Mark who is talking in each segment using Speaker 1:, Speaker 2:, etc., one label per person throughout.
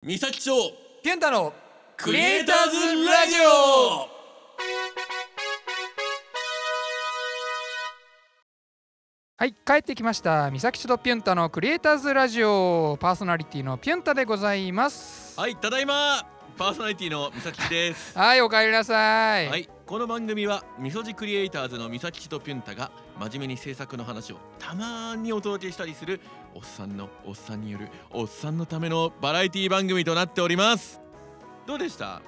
Speaker 1: 三崎町
Speaker 2: 健太の
Speaker 1: クリエイターズラジオ
Speaker 2: はい帰ってきました三崎市とピュンタのクリエイターズラジオパーソナリティのピュンタでございます
Speaker 1: はいただいまパーソナリティの三崎です
Speaker 2: はいおかえりなさい、
Speaker 1: はいこの番組はみそじクリエイターズの三崎とピュンタが真面目に制作の話をたまーにお届けしたりするおっさんのおっさんによるおっさんのためのバラエティ番組となっておりますどうでした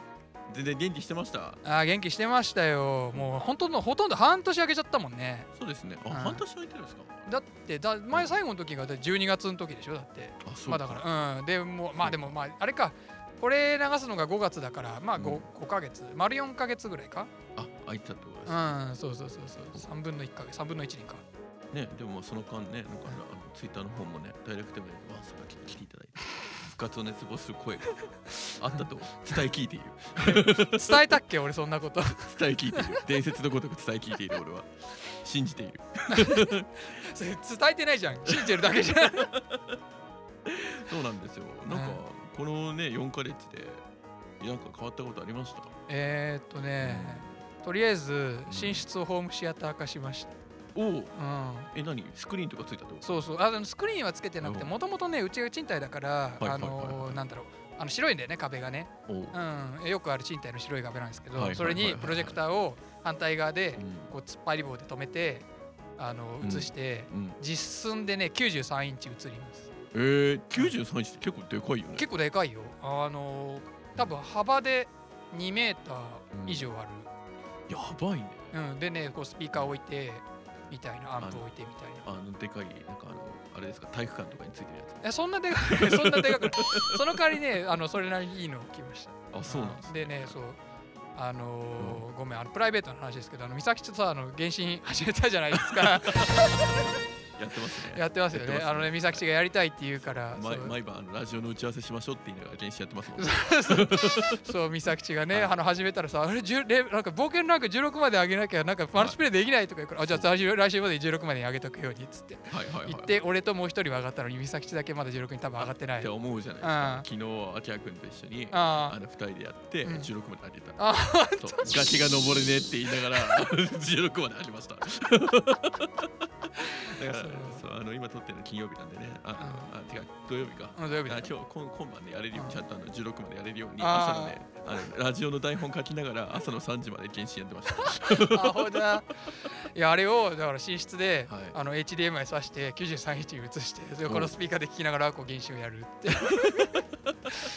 Speaker 1: 全然元気してました
Speaker 2: あー元気してましたよもう本当のほとんど半年あげちゃったもんね
Speaker 1: そうですねあ、
Speaker 2: うん
Speaker 1: 半年空いてるんですか
Speaker 2: だってだ前最後の時がだって12月の時でしょだって
Speaker 1: あそう
Speaker 2: まあだからうんでもうまあでもまああれかこれ流すのが5月だからまあ 5,、
Speaker 1: うん
Speaker 2: 5ヶ月丸4ヶ月ぐらいか
Speaker 1: あ空いてたってことです、
Speaker 2: うんそうそうそうそう3分の1か3分の1にか
Speaker 1: ねでもまあその間ねなんかあのあのツイッターの方もねダイレクトメールでわさが来ていただいて復活を熱望する声があったと伝え聞いている
Speaker 2: 伝えたっけ俺そんなこと
Speaker 1: 伝え聞いている伝説のごとく伝え聞いている俺は信じている
Speaker 2: そ れ伝えてないじゃん信じてるだけじゃん
Speaker 1: そうなんですよなんか
Speaker 2: ね
Speaker 1: このね4ヶ月でなんか変わったことありました
Speaker 2: えーっとねとりあえず寝室をホームシアター化しまし
Speaker 1: おお
Speaker 2: たうん
Speaker 1: え何スクリーンとかついたってこと
Speaker 2: そうそうあのスクリーンはつけてなくて
Speaker 1: うん
Speaker 2: もともとねうちが賃貸だから
Speaker 1: いはいはい
Speaker 2: あのなんだろうあの白いんだよね壁がね、
Speaker 1: おお、
Speaker 2: うん、よくある賃貸の白い壁なんですけ
Speaker 1: はいは
Speaker 2: ど
Speaker 1: い
Speaker 2: そ
Speaker 1: は
Speaker 2: れ
Speaker 1: いはい
Speaker 2: に
Speaker 1: はい
Speaker 2: プロジェクターを反対側で
Speaker 1: うん
Speaker 2: こう突っ張り棒で止めてあの
Speaker 1: うん
Speaker 2: 映して
Speaker 1: うん、
Speaker 2: 実寸でね93インチ映ります
Speaker 1: えー、93日って結構でかいよね
Speaker 2: 結構でかいよあの多分幅で2メーター以上あ
Speaker 1: やばいね
Speaker 2: る、うん、でねこうスピーカー置いてみたいなアンプ置いてみたいな
Speaker 1: あのでかいなんかあのあれですか体育館とかについてるやつ
Speaker 2: えそんなでかく そんなでかくないその代わりねあのそれなりにいいのを着ました
Speaker 1: あそうなんです
Speaker 2: でねそうあのーごめんあのプライベートの話ですけどあの美咲ちょっとさあの原神始めたじゃないですか
Speaker 1: やってますね
Speaker 2: やってますよ
Speaker 1: や
Speaker 2: ねあのね美咲ちがやりたいって言うから
Speaker 1: 毎
Speaker 2: そう
Speaker 1: 毎晩あのラジオの打ち合わせしましょうって言いながら練習やってますもん ね。
Speaker 2: そう美咲ちがね
Speaker 1: はい
Speaker 2: あの始めたらさあれ10レなんか冒険なんか16まで上げなきゃなんかマルチプレイできないとか言うから、あじゃあ来週来週まで16までに上げとくようにっつって
Speaker 1: はいはいはい。
Speaker 2: 言って俺ともう一人は上がったのに美咲ちだけまだ16に多分上がってな
Speaker 1: っ
Speaker 2: い
Speaker 1: て
Speaker 2: あ
Speaker 1: 思うじゃないですか。昨日あきらくんと一緒にあ
Speaker 2: あ
Speaker 1: の二人でやって
Speaker 2: うん
Speaker 1: 16まで上げた。
Speaker 2: あ
Speaker 1: そう崖が登れねえって言いながら 16まで上 げました。だから
Speaker 2: そう
Speaker 1: そうあの今撮ってるの金曜日なんでね。ああてか土曜日か。
Speaker 2: うん土曜
Speaker 1: あ
Speaker 2: 日だ
Speaker 1: 今日今今晩でやれるよう
Speaker 2: うん
Speaker 1: にちゃんとあの16までやれるように
Speaker 2: あー
Speaker 1: 朝のねあのラジオの台本書きながら朝の3時まで原始やってました。
Speaker 2: アホだいやあれをだから寝室で、
Speaker 1: はい
Speaker 2: あの HDMI 挿して93インチに移してそれをこのスピーカーで聞きながらこう原子をやるって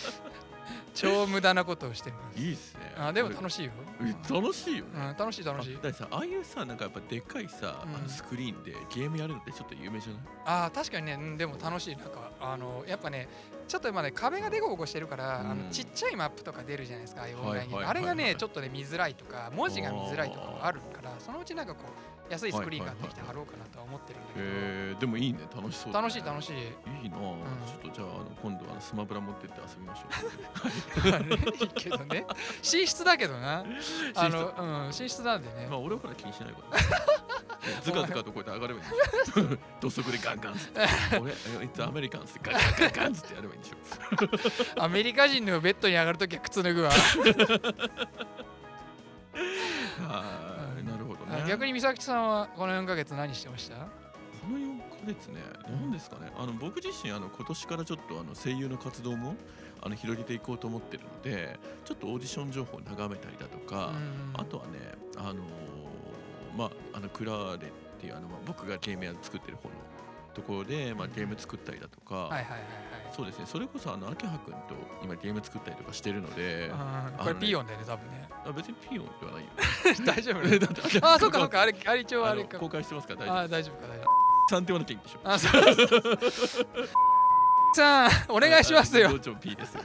Speaker 2: 超無駄なことをしてます
Speaker 1: いいっすね。
Speaker 2: あでも楽
Speaker 1: し
Speaker 2: しいよ、
Speaker 1: い。楽しいよね。
Speaker 2: うん、楽しい楽しい
Speaker 1: あだからさああいうさなんかやっぱでっかいさ、
Speaker 2: うん
Speaker 1: あのスクリーンでゲームやるのってちょっと有名じゃない
Speaker 2: あー確かにねうんでも楽しいなんかあのやっぱねちょっと今ね壁がデコボコしてるから、あ
Speaker 1: う
Speaker 2: の
Speaker 1: ん
Speaker 2: ちっちゃいマップとか出るじゃないですかああいうオンラインゲーム
Speaker 1: はいはいはいはい
Speaker 2: あれがねちょっとね見づらいとか文字が見づらいとかもあるからそのうちなんかこう安いスクリーンができて貼ろうかなとは思ってるんだけど、
Speaker 1: えー、でもいいね楽しそう
Speaker 2: 楽しい楽しい
Speaker 1: いいなあ、ちょっとじゃああの今度あのスマブラ持ってって遊びましょ
Speaker 2: まあねいいけどね寝室だけどなあのうん寝室なんで
Speaker 1: う
Speaker 2: ね
Speaker 1: まあ俺はほら気にし ないからねずかずかとこうやって上がればいいんでしょ 土足でガンガンっつって 俺えいつアメリカンっつってガンガンガンガンっつってやればいいんでしょ
Speaker 2: アメリカ人のベッドに上がるときは 靴脱ぐわ
Speaker 1: はーいなるほどね
Speaker 2: 逆に美咲さんはこの4ヶ月何してました
Speaker 1: この4ヶ月ね、何ですかね、あの僕自身、あの今年からちょっとあの声優の活動もあの広げていこうと思ってるので、ちょっとオーディション情報を眺めたりだとか、
Speaker 2: うん
Speaker 1: あとはね、あのーまあ、あのクラーレっていうあの、まあ、僕がゲーム屋作ってる方のところで、まあ、ゲーム作ったりだとか、
Speaker 2: はいはいはい
Speaker 1: そうですね、それこそあの秋葉君と今ゲーム作ったりとかしてるので、あ
Speaker 2: はいうん
Speaker 1: あ
Speaker 2: これ
Speaker 1: のね
Speaker 2: ピーヨンだよね多 分ね
Speaker 1: 別にピーヨンではないよ。
Speaker 2: 大丈
Speaker 1: えだ
Speaker 2: 夫
Speaker 1: って秋葉君
Speaker 2: あそうかそうかあれあれ一応あ
Speaker 1: あ
Speaker 2: れ
Speaker 1: の
Speaker 2: か
Speaker 1: 公開してますから大丈夫
Speaker 2: あ
Speaker 1: です。
Speaker 2: 大丈夫か大丈夫
Speaker 1: さんって言わなきゃいいんでしょ。
Speaker 2: あそうさんお願いしますよ
Speaker 1: 道場 P ですよ。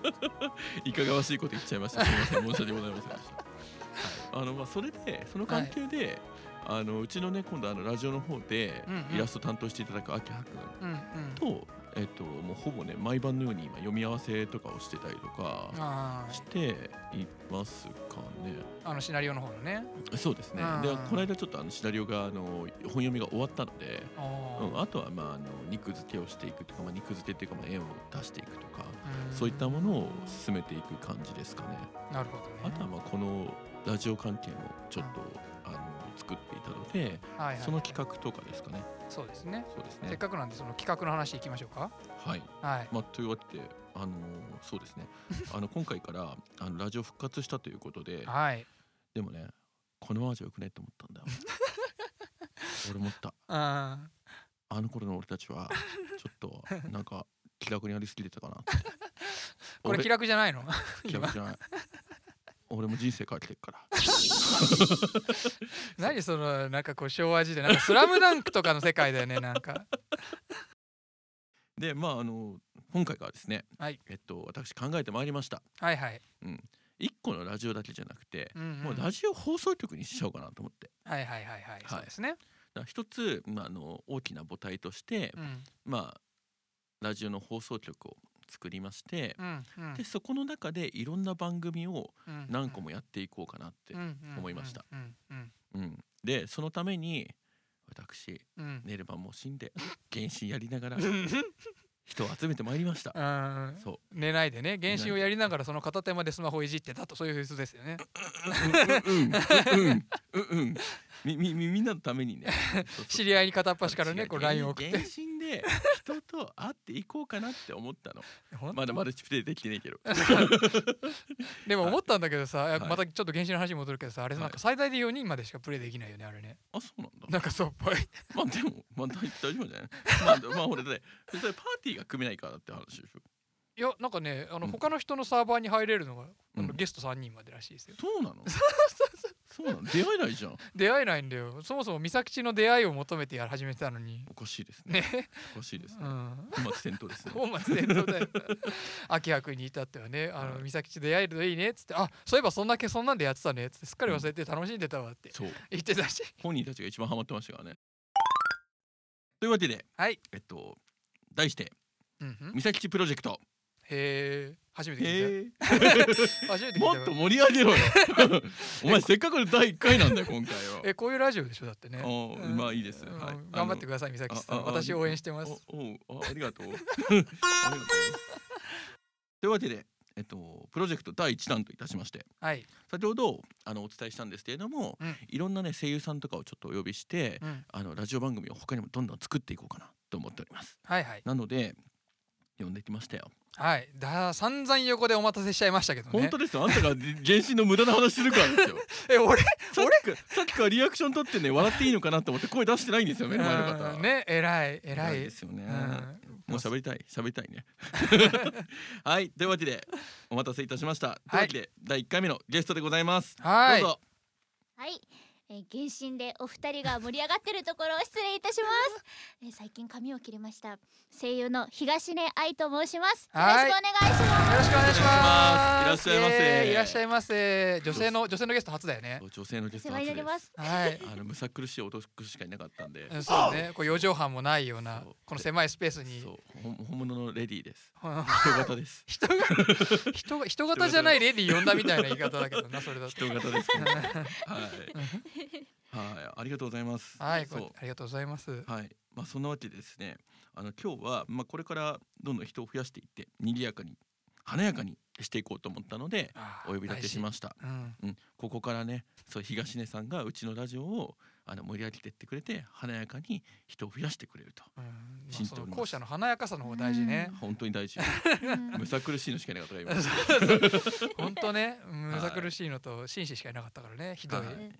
Speaker 1: いかがわしいこと言っちゃいました。すみません、申し訳ございませんでした。はい、あのまあそれでその関係で、あのうちのね今度あのラジオの方で
Speaker 2: うんうん
Speaker 1: イラスト担当していただく秋葉
Speaker 2: うんうん
Speaker 1: 君と、えっともうほぼね毎晩のように今読み合わせとかをしてたりとか
Speaker 2: あー
Speaker 1: していますかね。
Speaker 2: あのシナリオの方のね
Speaker 1: そうですね。
Speaker 2: うん
Speaker 1: でこの間ちょっとあのシナリオがあの本読みが終わったので、
Speaker 2: あ
Speaker 1: う
Speaker 2: ー
Speaker 1: ん、あとはまああの肉付けをしていくとか、まあ、肉付けっていうかまあ円を出していくとか、
Speaker 2: うん
Speaker 1: そういったものを進めていく感じですかね。
Speaker 2: なるほどね
Speaker 1: あとはまあこのラジオ関係もちょっと、あの作っていたので、
Speaker 2: はいはい
Speaker 1: その企画とかですかね。
Speaker 2: そうですね
Speaker 1: そうです
Speaker 2: せっ
Speaker 1: ね。
Speaker 2: かくなんでその企画の話いきましょうか
Speaker 1: はい。
Speaker 2: はい
Speaker 1: まあ、というわけで、あのーそうです ねあの今回からあのラジオ復活したということで
Speaker 2: はい
Speaker 1: でもねこのままじゃよくねって思ったんだよ 俺思った
Speaker 2: あ
Speaker 1: あの頃の俺たちはちょっ となんか気楽にやりすぎてたかなって
Speaker 2: ー これ気楽じゃないの
Speaker 1: 俺気楽じゃない俺も人生変えてるから
Speaker 2: 何そのなんかこう昭和時 代なんかスラムダンクとかの世界だよねなんか
Speaker 1: でまああの今回からですね、
Speaker 2: はい
Speaker 1: えっと私考えてまいりました
Speaker 2: はいはい、
Speaker 1: 1個のラジオだけじゃなくて、
Speaker 2: うんうん
Speaker 1: もうラジオ放送局にしちゃおうかなと思って
Speaker 2: はいはいはいはいそうですね、
Speaker 1: だから一つ、まあ、あの大きな母体として、
Speaker 2: うん
Speaker 1: まあラジオの放送局を作りまして、
Speaker 2: うんうん
Speaker 1: でそこの中でいろんな番組を
Speaker 2: うん
Speaker 1: 何個もやっていこうかなって、思いました
Speaker 2: うんうん
Speaker 1: うんでそのために私
Speaker 2: うんうん
Speaker 1: 寝ればもう死んで 原神やりながら
Speaker 2: うん
Speaker 1: 人を集めてまいりました
Speaker 2: うん
Speaker 1: そう
Speaker 2: 寝ないでね原神をやりながらその片手間でスマホいじってたとそういう人ですよね
Speaker 1: うんうんうんうんうんうんみみみみんなのためにねそうそう
Speaker 2: 知り合いに片っ端からねこう
Speaker 1: 違う
Speaker 2: LINE を送って
Speaker 1: 原神で人と会っていこうかなって思ったの
Speaker 2: ほん
Speaker 1: まだマルチプレイできてないけど
Speaker 2: でも思ったんだけどさ
Speaker 1: い
Speaker 2: またちょっと原神の話に戻るけどさあれ
Speaker 1: はい
Speaker 2: なんか最大で4人までしかプレイできないよねあれね
Speaker 1: あそうなんだ
Speaker 2: なんかそうっ ぽい
Speaker 1: まあでも、まあ大大丈夫じゃないまあで、まあ俺だって、それパーティーが組めないからって話でしょ。
Speaker 2: いやなんかねあの
Speaker 1: うん
Speaker 2: 他の人のサーバーに入れるのがあの
Speaker 1: うん
Speaker 2: ゲスト3人までらしいですよ
Speaker 1: そうなのそうなの出会えないじゃん。
Speaker 2: 出会えないんだよそもそも美咲ちの出会いを求めてや始めてたのに
Speaker 1: おかしいですね。
Speaker 2: ね
Speaker 1: おかしいです
Speaker 2: う
Speaker 1: ね。
Speaker 2: ん
Speaker 1: うまく戦闘ですね。
Speaker 2: 本末転 倒だよ秋葉君に至ってはね「あの美咲ち出会えるといいね」っつって「あそういえばそんだけそんなんでやってたね」っつってすっかり忘れて楽しんでたわって
Speaker 1: そう。
Speaker 2: 言ってたし
Speaker 1: 本人たちが一番ハマってましたからね。というわけで、
Speaker 2: はい、
Speaker 1: えっと、題して、
Speaker 2: うんうん、へ
Speaker 1: 三崎地プロジェクト。
Speaker 2: え初めて聞い
Speaker 1: へ
Speaker 2: た初め
Speaker 1: え。
Speaker 2: て聞い
Speaker 1: も
Speaker 2: た
Speaker 1: っと盛り上げろよ。 お前せっかくの第一回なんだよ、今回は。
Speaker 2: えこういうラジオでしょだってね
Speaker 1: おー
Speaker 2: うん
Speaker 1: まあいいです
Speaker 2: うん
Speaker 1: はい
Speaker 2: 頑張ってください美咲さ
Speaker 1: ああ
Speaker 2: ん
Speaker 1: あ
Speaker 2: 私応援してます
Speaker 1: おおうあありがとう。あり がとうというわけで、えっと、プロジェクト第1弾といたしまして
Speaker 2: はい、
Speaker 1: 先ほどあのお伝えしたんですけれども、
Speaker 2: うん
Speaker 1: いろんな、ね、声優さんとかをちょっとお呼びして、
Speaker 2: うん、
Speaker 1: あのラジオ番組を他にもどんどん作っていこうかなと思っております。
Speaker 2: はいはい
Speaker 1: なので呼んできましたよ。
Speaker 2: はいだ散々横でお待たせしちゃいましたけどね
Speaker 1: 本当ですよあんたが原神の無駄な話するからですよ。
Speaker 2: え俺
Speaker 1: さっきかさっきからリアクション取ってね笑っていいのかなと思って声出してないんですよ目の前の方。
Speaker 2: うんね偉い
Speaker 1: 偉
Speaker 2: 偉
Speaker 1: い
Speaker 2: い
Speaker 1: ですよね。
Speaker 2: うん
Speaker 1: もう喋りたい喋りたい ね。はいというわけでお待たせいたしました。というわけで第一回目のゲストでございます。
Speaker 2: はい
Speaker 1: どうぞ。
Speaker 3: はい、えー、原神でお二人が盛り上がってるところを失礼いたし ます、えー、最近髪を切りました声優の東根愛と申しますよろし
Speaker 2: はい
Speaker 3: くお願いします
Speaker 2: よろしくお願いします。
Speaker 1: いらっしゃいませ
Speaker 2: えーいらっしゃいませ。女性の女性のゲスト初だよね。
Speaker 1: 女性のゲス
Speaker 3: お
Speaker 1: ト
Speaker 3: 世話
Speaker 1: 初
Speaker 3: になり
Speaker 1: で。
Speaker 3: ますす
Speaker 2: はい。
Speaker 1: あのむさ苦しい男しかいなかったんで
Speaker 2: う。んそうね。こう四畳半もないような
Speaker 1: そう
Speaker 2: この狭いスペースに
Speaker 1: そうほん本物のレディーです。
Speaker 2: うん
Speaker 1: 人型です。
Speaker 2: 人が人が人型じゃないレディー呼んだみたいな言い方だけどなそれだ と。
Speaker 1: 人型ですけ ど。はいはいありがとうございます。
Speaker 2: はい。
Speaker 1: そ
Speaker 2: こ
Speaker 1: う
Speaker 2: れありがとうございます。
Speaker 1: はい、まあ、そんなわけでですね。あの、今日は、まあ、これからどんどん人を増やしていって、賑やかに。華やかにしていこうと思ったので、
Speaker 2: あー
Speaker 1: お呼び立てしました。
Speaker 2: 大事うん。
Speaker 1: うん、ここからね、そう、東根さんがうちのラジオを、あの、盛り上げてってくれて、華やかに人を増やしてくれると。
Speaker 2: うんま
Speaker 1: 信
Speaker 2: あ
Speaker 1: じ
Speaker 2: そ
Speaker 1: ており
Speaker 2: の
Speaker 1: ます
Speaker 2: 後者の華やかさの方大事ね。
Speaker 1: 本当に大事。
Speaker 3: うん
Speaker 1: むさ苦しいのしかいなかったから、今。
Speaker 2: 本当ね、むさ苦しいのと紳士しかいなかったからね、ひどい。
Speaker 1: はい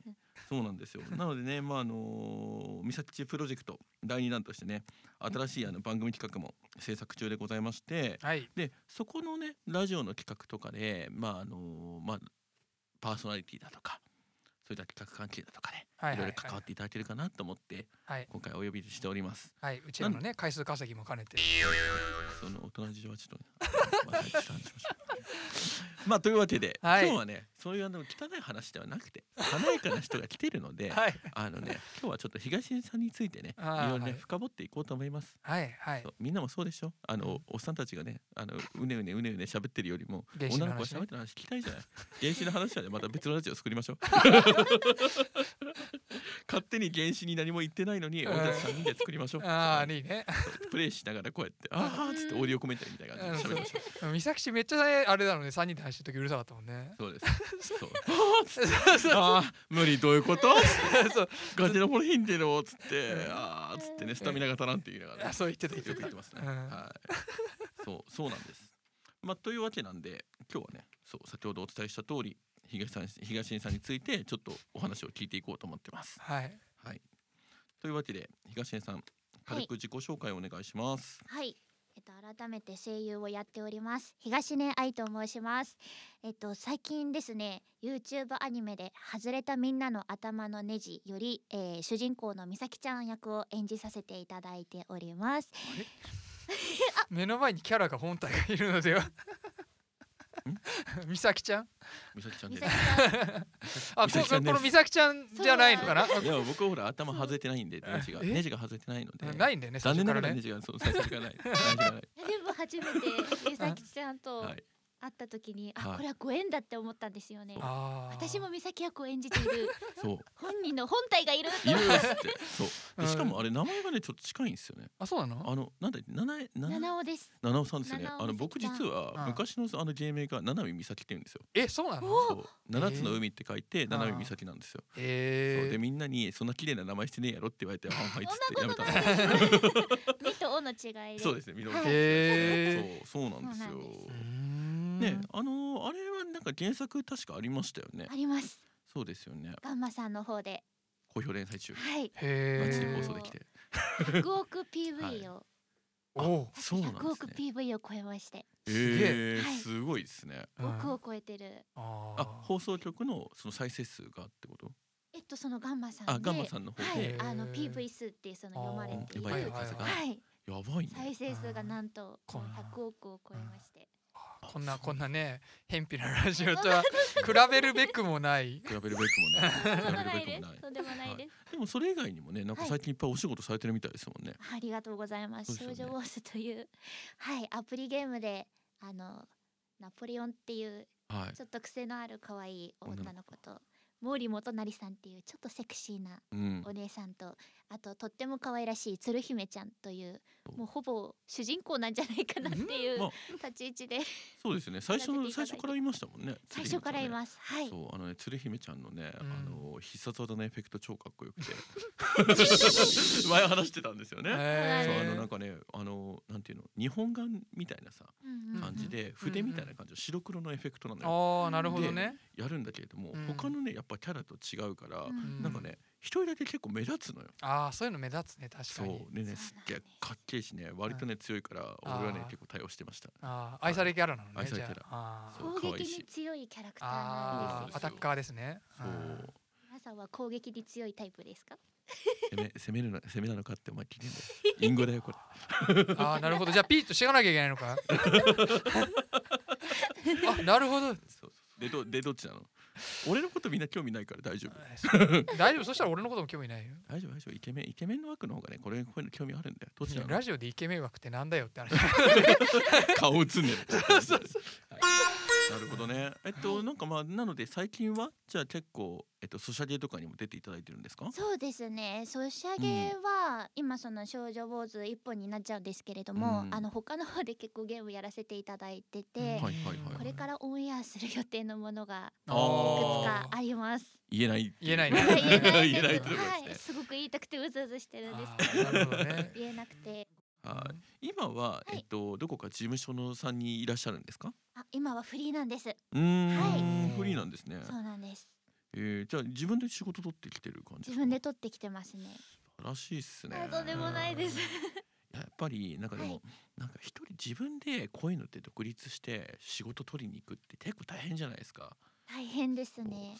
Speaker 1: そうなんですよ。なのでね、まああのー、ミサッチプロジェクト第2弾としてね、新しいあの番組企画も制作中でございまして、
Speaker 2: はい。
Speaker 1: でそこのねラジオの企画とかでまああのまあパーソナリティだとかそういった企画関係だとかね、
Speaker 2: はい
Speaker 1: い
Speaker 2: はい
Speaker 1: ろ
Speaker 2: はい
Speaker 1: いろ関わっていただけるかなと思って
Speaker 2: はい。
Speaker 1: 今回お呼びしております。
Speaker 2: はい。うちらのね、回数稼ぎも兼ねて。
Speaker 1: そ の大人事情はちょっとね、まあ、まあ、まあまあまあまあまあというわけで、
Speaker 2: はい
Speaker 1: 今日はねそういうあの汚い話ではなくて華やかな人が来てるので、
Speaker 2: はい
Speaker 1: あのね今日はちょっと東根さんについてねい
Speaker 2: あー
Speaker 1: ろいろね
Speaker 2: はい
Speaker 1: 深掘っていこうと思います。
Speaker 2: はいはい
Speaker 1: そうみんなもそうでしょあのおっさんたちがねあのうねうねうねうね喋ってるよりも
Speaker 2: 原始
Speaker 1: 女
Speaker 2: の話ね
Speaker 1: の子が喋ってる話聞きたいじゃない 原始の話はねまた別のラジオ作りましょう 勝手に原始に何も言ってないのに
Speaker 2: うん
Speaker 1: 俺たち3人で作りましょう
Speaker 2: ああいいね
Speaker 1: そうプレイしながらこうやってああつってオーディオコメンタリーみたいな感じで喋りましょう
Speaker 2: 美咲氏めっちゃあれなのね3人で話してる時うるさかったもんね
Speaker 1: そうです そうああ無理どういうこと
Speaker 2: そう
Speaker 1: ガチのポルヒンテロつって
Speaker 2: うん
Speaker 1: ああつってねスタミナが足らんって言いながら
Speaker 2: あそう言ってた言
Speaker 1: よ
Speaker 2: っ
Speaker 1: く言
Speaker 2: てた
Speaker 1: ってますね。
Speaker 2: うん
Speaker 1: はい。そうそうなんです。まあというわけなんで今日はね、そう先ほどお伝えした通り東さん東新さんについてちょっとお話を聞いていこうと思ってます。
Speaker 2: はい
Speaker 1: はい。というわけで東新さん軽く自己紹介をお願いします。
Speaker 3: はい。えっと改めて声優をやっております東根愛と申します。えっと最近ですね、YouTube アニメで外れたみんなの頭のネジより、えー主人公の美咲ちゃん役を演じさせていただいております。
Speaker 2: 目の前にキャラが本体がいるのでは美咲ちゃん
Speaker 1: 美咲ちゃん
Speaker 3: 美
Speaker 1: で
Speaker 3: 咲。ちゃん
Speaker 2: あ
Speaker 1: 美咲ちゃん
Speaker 2: こ
Speaker 1: です
Speaker 2: この美咲ちゃんじゃないのかない
Speaker 1: や僕ほら頭外れてないんで
Speaker 2: そう
Speaker 1: ネジが
Speaker 2: え
Speaker 1: ネジが外れてないので。
Speaker 2: ないんだよね
Speaker 1: 残念なが
Speaker 2: 最初
Speaker 1: らネジがそう最初 からない。ネジがない
Speaker 3: でも初めて美咲ちゃんと
Speaker 1: はい
Speaker 3: 会った時に、
Speaker 1: はい
Speaker 3: あこれはご縁だって思ったんですよね。
Speaker 2: あー
Speaker 3: 私も美咲役を演じている
Speaker 1: そう。
Speaker 3: 本人の本体がいる
Speaker 1: いるっつってそうで
Speaker 2: うん
Speaker 1: しかもあれ名前がねちょっと近いんですよね
Speaker 2: あそうなの
Speaker 1: あのなんだっけ七重七重
Speaker 3: 七尾です。
Speaker 1: 七尾さんですよね。
Speaker 3: 七尾
Speaker 1: あの
Speaker 3: 美咲
Speaker 1: 僕
Speaker 3: ちゃん
Speaker 1: 実は
Speaker 2: うん
Speaker 1: 昔のあの芸名が七海美咲って言うんですよ。
Speaker 2: えそうなの
Speaker 3: お
Speaker 1: そう七つの海って書いて七海美咲なんですよ。そうで
Speaker 2: え
Speaker 1: みんなにそんな綺麗な名前してねえやろって言われてあはいっつってやめたんですよ。
Speaker 3: 目と尾の違いで。
Speaker 1: そうですね。緑
Speaker 2: ー
Speaker 1: の
Speaker 2: え
Speaker 1: そうそうなんですよ
Speaker 3: そうなんで。
Speaker 1: ね
Speaker 2: ね
Speaker 1: あのあれはなんか原作確かありましたよね
Speaker 3: あ。ります。
Speaker 1: そうですよね。
Speaker 3: ガンマさんの方で、
Speaker 1: 好評連載中。
Speaker 3: はい、
Speaker 1: マ
Speaker 2: へ
Speaker 1: ジで
Speaker 2: え
Speaker 1: 放送できて。
Speaker 3: 100億
Speaker 1: はい
Speaker 3: PV を、
Speaker 2: おう
Speaker 1: そうなんです
Speaker 3: 100
Speaker 1: ね
Speaker 3: 億 PV を超えまして、
Speaker 2: すげえ
Speaker 1: えー
Speaker 3: はい
Speaker 1: すごいですね。
Speaker 2: うん
Speaker 3: 億を超えてる。
Speaker 2: あ
Speaker 1: あ
Speaker 2: ー
Speaker 1: 放送局のその再生数がってこと？
Speaker 3: えっとそのガンマさんで、
Speaker 1: あガンマさんの方
Speaker 3: は
Speaker 1: で
Speaker 3: い、あ
Speaker 2: へ
Speaker 3: の
Speaker 2: ー
Speaker 3: PV 数っていうその読まれて
Speaker 1: や
Speaker 3: いる、
Speaker 1: ばい
Speaker 3: は
Speaker 1: や
Speaker 3: い
Speaker 1: ばい
Speaker 2: はい
Speaker 1: さすが
Speaker 2: は
Speaker 1: やばいね。
Speaker 3: 再生数がなんと
Speaker 2: こんな
Speaker 3: 100億を超えまして、
Speaker 2: こんなこんなね偏僻なラジオとは比べるべくもない
Speaker 1: 比べるべくもない。
Speaker 3: と
Speaker 1: 比
Speaker 3: んでもな
Speaker 1: べる
Speaker 3: い
Speaker 1: べ
Speaker 3: で
Speaker 1: くもな
Speaker 3: す。
Speaker 1: い。
Speaker 3: とんでもないです。
Speaker 1: でもそれ以外にもね、なんか
Speaker 3: はい
Speaker 1: 最近いっぱいお仕事されてるみたいですもんね。
Speaker 3: ありがとうございます。
Speaker 1: そう
Speaker 3: 少
Speaker 1: ですよね
Speaker 3: 女ウォーズという、 はい、アプリゲームで、あの、ナポレオンっていう、
Speaker 1: はい。
Speaker 3: ちょっと癖のある可愛い
Speaker 1: 女の子
Speaker 3: 女の子と、毛利元成さんっていう、ちょっとセクシーな
Speaker 1: うん。
Speaker 3: お姉さんと、あと、とっても可愛らしい鶴姫ちゃんという
Speaker 1: そ、う
Speaker 3: もうほぼ主人公なんじゃないかなっていう
Speaker 1: まあ
Speaker 3: 立ち位置で、
Speaker 1: そうですよね。最初
Speaker 3: やらせていた
Speaker 1: 最
Speaker 3: だいて
Speaker 1: 初からいましたもんね。
Speaker 3: 最初からい
Speaker 1: す。
Speaker 3: ます。はい。
Speaker 1: そうあのね鶴姫ちゃんのね、
Speaker 2: うん
Speaker 1: あの必殺技のエフェクト超かっこよ くて前話してたんですよね。
Speaker 2: へ
Speaker 1: そうあ
Speaker 2: ー
Speaker 1: のなんかねあのなんていうの日本画みたいなさ
Speaker 3: うんうん
Speaker 1: 感じで筆みたいな感じの白黒のエフェクトなのよ、
Speaker 2: ああなるほどね
Speaker 1: やるんだけれども、
Speaker 2: うん
Speaker 1: 他のねやっぱキャラと違うから、
Speaker 3: うん
Speaker 2: うん
Speaker 1: なんかね一人だけ結構目立つのよ。
Speaker 2: ああそういうの目立つね確
Speaker 1: そ
Speaker 2: かに
Speaker 1: うでね
Speaker 3: そ
Speaker 1: す
Speaker 3: うなん
Speaker 1: っげえ
Speaker 3: です
Speaker 1: かっけえしね割とね強いから俺はね
Speaker 2: あー
Speaker 1: 結構対応してました
Speaker 2: あー愛されキャラなの
Speaker 1: 愛
Speaker 2: ね
Speaker 1: され
Speaker 2: じ
Speaker 1: キャ
Speaker 2: ゃ
Speaker 1: ラ
Speaker 2: あ
Speaker 1: そう
Speaker 3: 攻
Speaker 1: 可愛い
Speaker 3: 撃
Speaker 1: し
Speaker 3: に強いキャラクターなん
Speaker 2: あ
Speaker 3: で
Speaker 2: ーア
Speaker 3: す
Speaker 2: タ
Speaker 3: よ。
Speaker 2: ッカーですね
Speaker 1: そう
Speaker 2: うん
Speaker 3: 皆さんは攻撃に強いタイプですか？
Speaker 1: 攻め攻めるな攻めなのかってお前聞いてんだよインゴだよこれ
Speaker 2: ああなるほどじゃあピーッとしていかなきゃいけないの かあなるほど
Speaker 1: そうそうでどでどっちなの俺のことみんな興味ないから大丈夫
Speaker 2: 大丈夫そしたら俺のことも興味ないよ
Speaker 1: 大丈夫大丈夫イケメンイケメンの枠の方がねこれこういうの興味あるんだよどっち
Speaker 2: いや
Speaker 1: なの
Speaker 2: ラジオでイケメン枠ってなんだよって話
Speaker 1: 顔映んねるそうそうなるほどねえっと、
Speaker 3: はい
Speaker 1: なんかまあなので最近はじゃあ結構えっとソシャゲとかにも出ていただいてるんですか
Speaker 3: そうですね。ソシャゲは、今その少女坊主一本になっちゃうんですけれども、
Speaker 1: うん
Speaker 3: あの他の方で結構ゲームやらせていただいてて、
Speaker 2: うん
Speaker 1: はいはいはい
Speaker 3: これからオンエアする予定のものが
Speaker 1: あ
Speaker 3: いくつ
Speaker 1: ー
Speaker 3: かあります。
Speaker 1: 言え ない
Speaker 2: 言えないね
Speaker 3: 言えな い
Speaker 1: 言えない
Speaker 3: で
Speaker 1: と
Speaker 3: す。
Speaker 1: いうこと
Speaker 3: は
Speaker 1: で
Speaker 3: い、
Speaker 1: すね
Speaker 3: すごく言いたくてうずうずしてるんです
Speaker 2: あ。ーなるほどね
Speaker 3: 言えなくて、
Speaker 1: はい今は、
Speaker 3: い
Speaker 1: えっと、どこか事務所のさんにいらっしゃるんですか。
Speaker 3: あ、今はフリーなんです。
Speaker 1: うーん、
Speaker 2: はい
Speaker 1: フリーなんですね。
Speaker 3: そうなんです。
Speaker 1: えー、じゃあ、自分で仕事取ってきてる感じ
Speaker 3: 自分で
Speaker 1: と。
Speaker 3: 撮ってきてますね。
Speaker 1: 素晴らしいっすね。
Speaker 3: あとんでもないです。
Speaker 1: やっぱり、なんかでも、
Speaker 3: は
Speaker 1: なんか一人自分でこういうのって独立して、仕事取りに行くって結構大変じゃないですか。
Speaker 3: 大変ですね。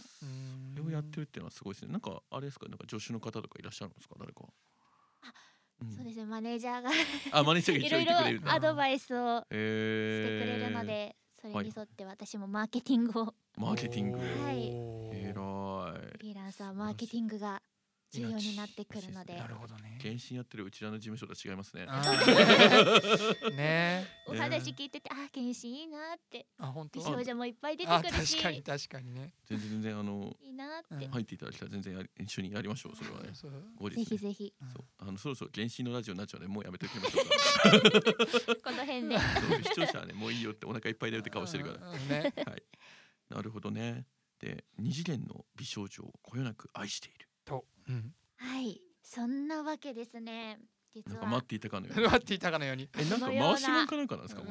Speaker 1: それをやってるっていうのはすごいですね。なんか、あれですか、なんか助手の方とかいらっしゃるんですか、誰か。
Speaker 3: あ
Speaker 1: ん
Speaker 3: そうですね。マネージャーが
Speaker 1: あ、マネージャーが
Speaker 3: い
Speaker 1: 一応
Speaker 3: ろ
Speaker 1: い
Speaker 3: い
Speaker 1: て
Speaker 3: ろ
Speaker 1: くれるんだ。
Speaker 3: アドバイスを
Speaker 1: え
Speaker 3: してくれるので、それに沿って私もマーケティングを
Speaker 1: マーケティング
Speaker 2: おー
Speaker 3: はい
Speaker 1: 偉い
Speaker 3: フリーランスはマーケティングが重要になってくるので
Speaker 2: なるほどね
Speaker 1: 検診やってるうちらの事務所と違いますね
Speaker 2: あ ーね
Speaker 3: お話聞いてて、ああ検診いいなって
Speaker 2: あ本当
Speaker 3: 美少女もいっぱい出て
Speaker 2: あ
Speaker 3: くるし
Speaker 2: 確かに確かにね、
Speaker 1: 全然全然あ の
Speaker 3: いいなって、
Speaker 2: うん
Speaker 3: ぜ
Speaker 1: 入っていただきたら全然やり一緒にやりましょうそれ はね
Speaker 2: そう
Speaker 1: 後日ね
Speaker 3: ひぜひ
Speaker 1: そうあのそろそろ原神のラジオになっちゃうねもうやめておきましょうか
Speaker 3: この辺で
Speaker 1: そう視聴者はねもういいよってお腹いっぱいだよって顔してる から
Speaker 2: うんね
Speaker 1: はいなるほどねで二次元の美少女をこよなく愛している
Speaker 2: と、うん、
Speaker 3: はいそんなわけですね実
Speaker 1: なん
Speaker 3: は
Speaker 1: か待っていたかのよう に
Speaker 2: 待っていたかのように
Speaker 1: えなんか
Speaker 3: このよう
Speaker 1: 回
Speaker 3: な
Speaker 1: しもんかなんかなんです かも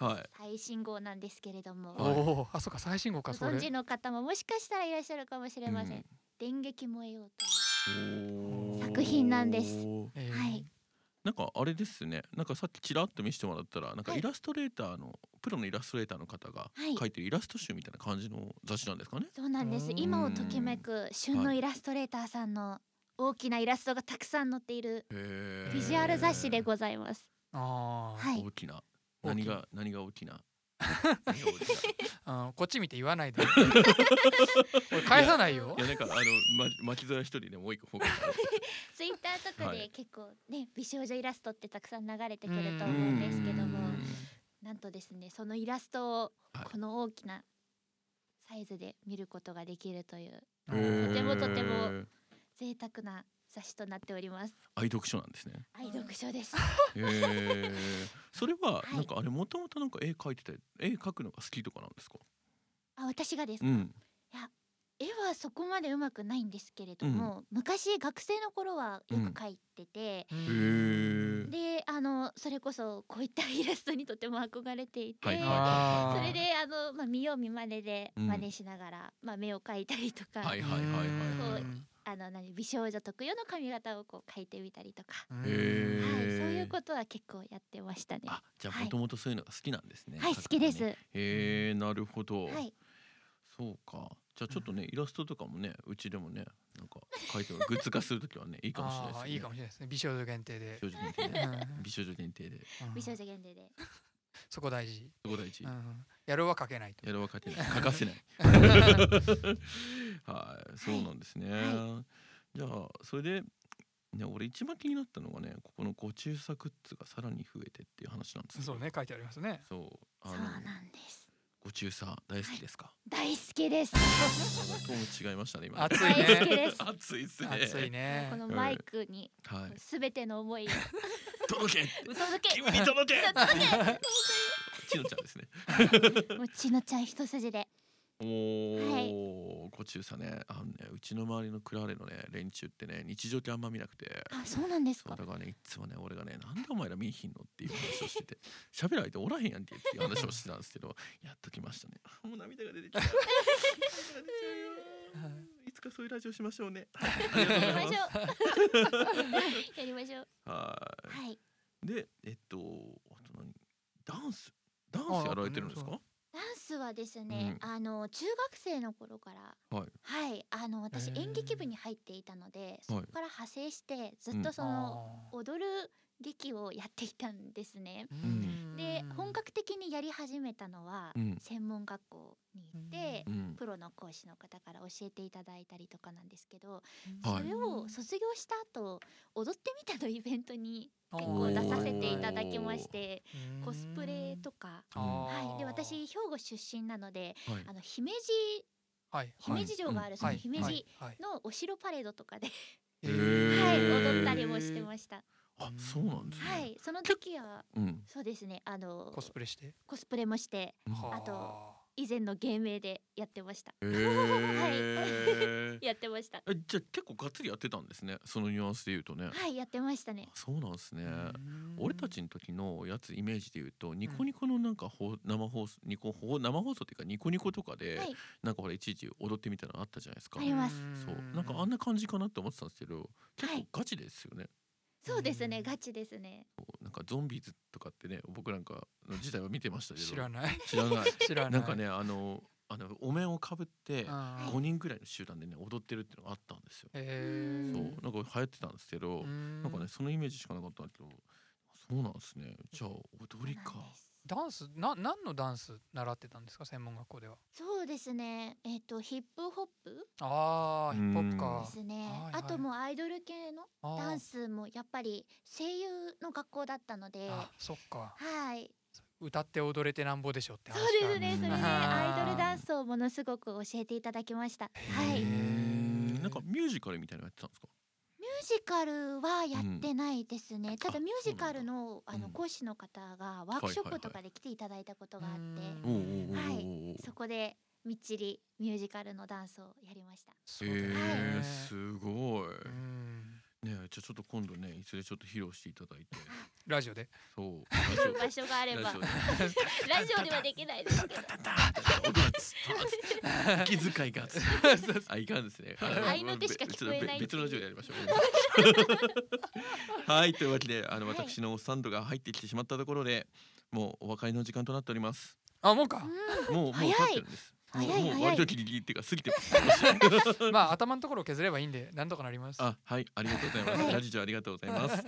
Speaker 1: う はい
Speaker 3: 最新号なんですけれども、
Speaker 2: お
Speaker 1: はい
Speaker 2: おーあそうか最新号
Speaker 3: ご
Speaker 2: かそれ
Speaker 3: 存知の方ももしかしたらいらっしゃるかもしれません、電撃燃えようという
Speaker 1: うんおー
Speaker 3: 作品なんです
Speaker 2: えー
Speaker 3: はい
Speaker 1: なんかあれですねなんかさっきちらっと見せてもらったらなんか
Speaker 3: はい
Speaker 1: イラストレーターのプロのイラストレーターの方が
Speaker 3: はい
Speaker 1: 書いてるイラスト集みたいな感じの雑誌なんですかね
Speaker 3: そうなんで
Speaker 2: う
Speaker 3: す
Speaker 2: ん
Speaker 3: 今をときめく旬の
Speaker 1: はい
Speaker 3: イラストレーターさんの大きなイラストがたくさん載っている
Speaker 1: へー
Speaker 3: ビジュアル雑誌でございます
Speaker 2: あー、
Speaker 3: はい
Speaker 1: 大きな
Speaker 2: 大き
Speaker 1: 何
Speaker 2: い
Speaker 1: が何が大きな何が大きな
Speaker 2: あのこっち見て言 わないで俺返さないよ
Speaker 1: いやなんかあの、ま、巻き添え一人でもう一個方が
Speaker 3: ツイッターとか
Speaker 1: は
Speaker 3: で
Speaker 1: い
Speaker 3: 結構ね美少女イラストってたくさん流れてくると思うんですけども
Speaker 1: うん
Speaker 3: なんとですねそのイラストを
Speaker 1: はい
Speaker 3: この大きなサイズで見ることができるという
Speaker 2: あー
Speaker 3: とてもとても贅沢な雑誌となっております
Speaker 1: 愛読書なんですね。
Speaker 3: 愛読書です
Speaker 1: へーそれは
Speaker 3: はい
Speaker 1: なんかあれもともとなんか絵描いてたり絵描くのが好きとかなんですか。
Speaker 3: あ私がです
Speaker 1: う
Speaker 3: か、
Speaker 1: ん。
Speaker 3: 絵はそこまでうまくないんですけれども、昔学生の頃はよく描いてて、
Speaker 2: うん
Speaker 1: へえ。
Speaker 3: であのそれこそこういったイラストにとても憧れていて、
Speaker 1: はいはい
Speaker 2: あ
Speaker 3: そ
Speaker 2: ー
Speaker 3: れであの、まあ、見よう見まねで
Speaker 1: うん
Speaker 3: 真似しながら、まあ、目を描いたりとか、
Speaker 1: はいはいはいはい
Speaker 3: あの何美少女特有の髪型をこう描いてみたりとか、
Speaker 2: うん
Speaker 1: へ
Speaker 3: はい、そう
Speaker 1: え。
Speaker 3: いうことは結構やってましたね。
Speaker 1: あじゃ
Speaker 3: は
Speaker 1: あ
Speaker 3: い
Speaker 1: もともとそういうのが好きなんですね。
Speaker 3: はい、
Speaker 1: 描
Speaker 3: 好
Speaker 1: く
Speaker 3: き
Speaker 1: の
Speaker 3: で
Speaker 1: ね
Speaker 3: す。。は
Speaker 1: へえなるほど。
Speaker 3: い、
Speaker 1: そうか。じゃあちょっとねイラストとかもねうちでもねなんか描いてもグッズ化するときはねいいかもしれな
Speaker 2: あー
Speaker 1: いで
Speaker 2: いい
Speaker 1: すね。
Speaker 2: かもしれないですね美少女限定で
Speaker 1: 美少女限定 でね
Speaker 2: うん
Speaker 1: 美少女限定で
Speaker 2: うん
Speaker 3: 美少女限定で。
Speaker 2: そこ大事、
Speaker 1: そこ大事
Speaker 2: う。ん、やろうはかけないと
Speaker 1: やるわけない欠かせ ないはいそうなんですね、
Speaker 3: は
Speaker 1: じゃあそれでね俺一番気になったのがねここのご注作っつがさらに増えてっていう話なんですけど
Speaker 2: そうね書いてありますね
Speaker 1: そうあ
Speaker 3: そ
Speaker 1: の
Speaker 3: うなんです。
Speaker 1: ご注作大好きですか、
Speaker 3: 大好きです。
Speaker 1: どうも違いましたね今
Speaker 2: 熱い
Speaker 3: 大
Speaker 2: ね
Speaker 3: 好きです。
Speaker 1: 熱いっすね
Speaker 2: 熱いね
Speaker 3: このマイクに
Speaker 1: はい
Speaker 3: すべての思いを
Speaker 1: 届け
Speaker 3: うと づけ
Speaker 1: 君。に届 けちのちゃんですね
Speaker 3: もうちのちゃん一筋で。
Speaker 1: おー、ご注作ねあのねうちの周りのクラーレのね連中ってね日常ってあんま見なくて
Speaker 3: あ、そうなんです
Speaker 1: そう
Speaker 3: か
Speaker 1: だ。からねいつもね俺がねなんでお前ら見えひんのっていう話をして て喋る相手おらへんやんけっていう話をしてたんですけどやっときましたねもう涙が出てき た涙が出ちゃうよいつかそういうラジオしましょう ねはいありがとうございま
Speaker 3: やりまし
Speaker 1: す
Speaker 3: ょう。 やりましょう。
Speaker 1: は
Speaker 3: はい。
Speaker 1: いでえっとあと何ダンスダンスやられてるんですか
Speaker 3: ダンスはですね、
Speaker 1: う
Speaker 3: あの中学生の頃から、
Speaker 1: はい
Speaker 3: あの私
Speaker 2: へー
Speaker 3: 演劇部に入っていたので、そこから派生してずっ
Speaker 1: う
Speaker 3: と
Speaker 1: ん
Speaker 3: その、踊る劇をやっていたんですね。
Speaker 2: あー
Speaker 1: ん
Speaker 3: で本格的にやり始めたのは、
Speaker 1: うん
Speaker 3: 専門学校に行って
Speaker 1: う、ん
Speaker 3: プロの講師の方から教えていただいたりとかなんですけど、
Speaker 1: はい
Speaker 3: それを卒業した後踊ってみたのイベントに結構出させていただきまして
Speaker 2: うん
Speaker 3: コスプレとか、
Speaker 1: うん
Speaker 3: はい、で私
Speaker 2: はい
Speaker 3: 兵庫出身なので
Speaker 1: はい
Speaker 3: あの姫路
Speaker 2: はい
Speaker 3: 姫路城があるその
Speaker 2: はい
Speaker 3: 姫
Speaker 2: は
Speaker 3: 路
Speaker 2: いはい
Speaker 3: のお城パレードとかで、
Speaker 1: へ
Speaker 3: はい
Speaker 1: ー
Speaker 3: 踊ったりもしてました。
Speaker 1: あそうなんですね
Speaker 3: はい、その時は
Speaker 1: うん
Speaker 3: そうですねあの
Speaker 2: コスプレして
Speaker 3: コスプレもして
Speaker 1: は
Speaker 3: あと以前の芸名でやってました
Speaker 1: へー
Speaker 3: やってました
Speaker 1: えじゃあ結構がっつりやってたんですねそのニュアンスで言うとね
Speaker 3: はいやってましたね
Speaker 1: あそうなんですね、
Speaker 2: うん
Speaker 1: 俺たちの時のやつイメージで言うとニコニコのなんかほう生放送ニコほう生放送っていうかニコニコとかで、
Speaker 3: はい
Speaker 1: なんかほらいちいち踊ってみたいなのあったじゃないですか、
Speaker 3: あります
Speaker 1: そうなんかあんな感じかなって思ってたんですけど結
Speaker 3: は
Speaker 1: 構
Speaker 3: い
Speaker 1: ガチですよね、
Speaker 3: そうです
Speaker 2: う
Speaker 3: ね
Speaker 2: ん
Speaker 3: ガチですね
Speaker 1: なんかゾンビーズとかってね僕なんかの時代は見てましたけど
Speaker 2: 知 らない
Speaker 1: 知らない
Speaker 2: 知らない
Speaker 1: なんかねあのあのお面をかぶって
Speaker 2: あー
Speaker 1: 5人ぐらいの集団でね踊ってるっていうのがあったんですよ、
Speaker 2: へー
Speaker 1: そうなんか流行ってたんですけど、
Speaker 2: うん
Speaker 1: なんかねそのイメージしかなかったんだけどそうなんですねじゃあ踊り
Speaker 3: そう
Speaker 1: か
Speaker 3: なんです
Speaker 2: ダンスな何のダンス習ってたんですか専門学校では
Speaker 3: そうですねえっ、とヒップホップ
Speaker 2: ああ
Speaker 1: う
Speaker 2: ヒ
Speaker 1: ん
Speaker 2: ップホップか
Speaker 3: ですね、
Speaker 2: はいはい
Speaker 3: あともうアイドル系の
Speaker 2: あー
Speaker 3: ダンスもやっぱり声優の学校だったので
Speaker 2: あそっか
Speaker 3: はい
Speaker 2: 歌って踊れてなんぼでしょって
Speaker 3: そ
Speaker 2: 話
Speaker 3: う
Speaker 2: か
Speaker 3: ですねそれで
Speaker 2: うん
Speaker 3: アイドルダンスをものすごく教えていただきましたはい
Speaker 2: へ
Speaker 3: ミュー
Speaker 2: ー
Speaker 1: なんかミュージカルみたいなのやってたんですか
Speaker 3: ジカルはやってないですね、た
Speaker 1: あ
Speaker 3: だミュージカルの
Speaker 1: う
Speaker 3: あ
Speaker 1: なんだ
Speaker 3: の
Speaker 1: うん
Speaker 3: 講師の方がワークショップとかで来ていただいたことがあって、
Speaker 2: うん
Speaker 1: おうおうおうおうおう
Speaker 3: はいそこでみっちりミュージカルのダンスをやりました
Speaker 2: そうだよね
Speaker 1: えー、すごい
Speaker 2: うん
Speaker 1: ねえじゃあちょっと今度ねいずれちょっと披露していただいて
Speaker 2: ラジオで
Speaker 1: そう
Speaker 3: 場所があれば
Speaker 1: ラジオで
Speaker 3: ラジオではできないですけど
Speaker 1: 音がつ息遣いがつ あいかんですね
Speaker 3: 合いの手しか聞こえない
Speaker 1: 別のラジオでやりましょうはいというわけであの
Speaker 3: はい
Speaker 1: 私のおっさん度が入ってきてしまったところでもうお別れの時間となっております
Speaker 2: あもうか
Speaker 1: もうもう
Speaker 3: 早い
Speaker 1: 経ってるんですもう
Speaker 3: 早い
Speaker 1: もう
Speaker 3: 早い
Speaker 1: 割とギリギリっていうか過ぎてます
Speaker 2: まあ頭のところを削ればいいんでなんとかなります
Speaker 1: あはいありがとうございます、
Speaker 3: はい
Speaker 1: ラジオありがとうございます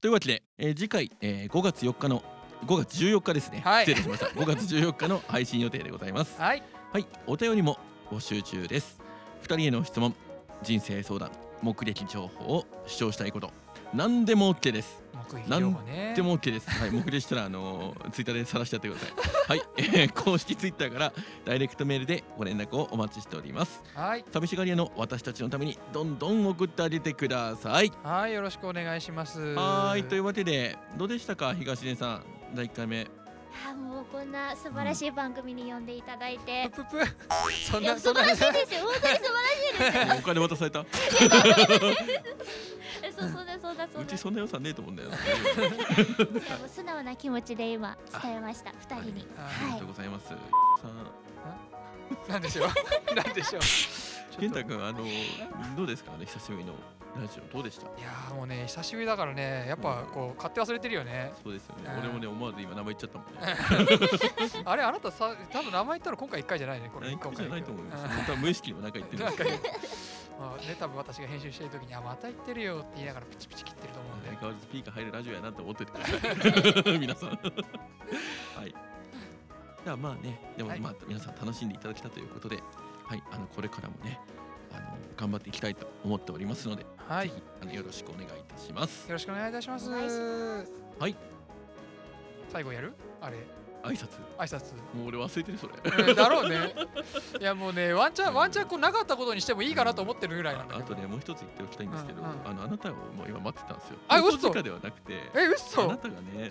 Speaker 1: というわけで、えー次回、えー5月4日の5月14日ですね、
Speaker 2: はい
Speaker 1: 失礼しました5月14日の配信予定でございます
Speaker 2: はい
Speaker 1: はい、お便りも募集中です。二人への質問、人生相談、目撃情報を主張したいこと、何でも OK です。
Speaker 2: 目撃情報ね
Speaker 1: でも OK です。はい、目撃したらあのツイッター Twitter で晒しちゃってください。はい、えー公式ツイッターからダイレクトメールでご連絡をお待ちしております。
Speaker 2: はい
Speaker 1: 寂しがり屋の私たちのためにどんどん送ってあげてください。
Speaker 2: はいよろしくお願いします
Speaker 1: はーい、というわけでどうでしたか東根さん第一回目。
Speaker 3: あーもうこんな素晴らしい番組に呼んでいただいて、
Speaker 2: ぷぷぷ そん
Speaker 3: いや
Speaker 2: な
Speaker 3: 素
Speaker 2: そん
Speaker 3: 晴
Speaker 2: な
Speaker 3: らしいですよ本当に素
Speaker 1: お金渡された。う
Speaker 3: 晴らしいそうそうだそうだそうだ
Speaker 1: ちそんな予算ねえと思うんだよな。
Speaker 3: いやもう素直な気持ちで今伝えました二人に
Speaker 2: あ
Speaker 1: ありが
Speaker 3: は
Speaker 1: と
Speaker 3: いう
Speaker 1: ございます。さん
Speaker 2: なんでしょう なんでしょう
Speaker 1: 健太君あのどうですかあの久しぶりのラジオどうでした
Speaker 2: いやーもうね久しぶりだからねやっぱこう買って忘れてるよね
Speaker 1: そうですよね
Speaker 2: うん
Speaker 1: 俺もね思わず今名前言っちゃったもんね
Speaker 2: あれあなたさ多分名前言ったら 今回一回じゃないねこれ
Speaker 1: 何回じゃないと思います
Speaker 2: ん
Speaker 1: 本当は無意識にもなんか言ってる
Speaker 2: なん
Speaker 1: ん
Speaker 2: か
Speaker 1: ですけ
Speaker 2: ね
Speaker 1: ど、
Speaker 2: まあ、ね多分私が編集してる時にあまた言ってるよって言いながらプチプチ切ってると思うんで
Speaker 1: 相変わらずピーカー入るラジオやなって思っててくだ さい皆さん はいじゃあまあねでも
Speaker 2: はい
Speaker 1: まあ皆さん楽しんでいただけたということではいあのこれからもねあの頑張っていきたいと思っておりますので、
Speaker 2: はい
Speaker 1: ぜ
Speaker 2: よ
Speaker 1: ひあのよろしくお願いいたします
Speaker 2: ろしくお願いいたします
Speaker 3: お願いします
Speaker 1: はい
Speaker 2: 最後やるあれ
Speaker 1: 挨拶
Speaker 2: 挨拶、
Speaker 1: もう俺忘れてるそれ
Speaker 2: えーだろうねいやもうねワンチャンワンチャンこうなかったことにしてもいいかなと思ってるぐらいなんだ
Speaker 1: あ
Speaker 2: け
Speaker 1: あ
Speaker 2: ど
Speaker 1: とねもう一つ言っておきたいんですけど、
Speaker 2: うんうん
Speaker 1: あのあなたをもう今待ってたんですよ。
Speaker 2: あ嘘
Speaker 1: 放送時間ではなくて。
Speaker 2: え
Speaker 1: あな
Speaker 2: 嘘
Speaker 1: たがね、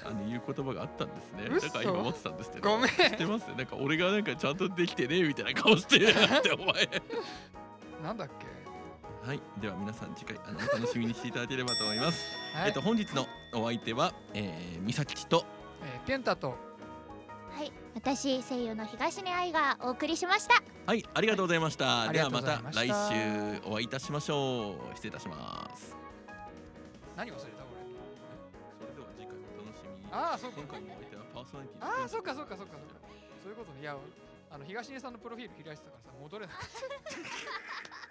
Speaker 1: あの言う言葉があったんですね。
Speaker 2: 嘘
Speaker 1: だから今待ってたんですけど。
Speaker 2: ごめん
Speaker 1: 知ってます。なんか俺がなんかちゃんとできてねみたいな顔してるって お前。
Speaker 2: なんだっけ
Speaker 1: はい、では皆さん次回あのお楽しみにしていただければと思います。
Speaker 2: はい、
Speaker 1: えっと本日のお相手は、えー、美咲と
Speaker 2: えー、ピュンタと
Speaker 3: はい私声優の東根愛がお送りしました
Speaker 1: はい、ありがとうございました。
Speaker 2: い
Speaker 1: ではま
Speaker 2: あ
Speaker 1: た
Speaker 2: りがとうござ
Speaker 1: 来
Speaker 2: いました
Speaker 1: 週お会いいたしましょう。失礼いたします。
Speaker 2: 何忘れたこ
Speaker 1: そ
Speaker 2: れ
Speaker 1: れでは次回お楽しみに。
Speaker 2: ああそうか
Speaker 1: 今回のお相手はパーソナリティの
Speaker 2: ああそっかそっかそっかそっかそういうことねいやあの東根さんのプロフィール開いてたからさ戻れなかった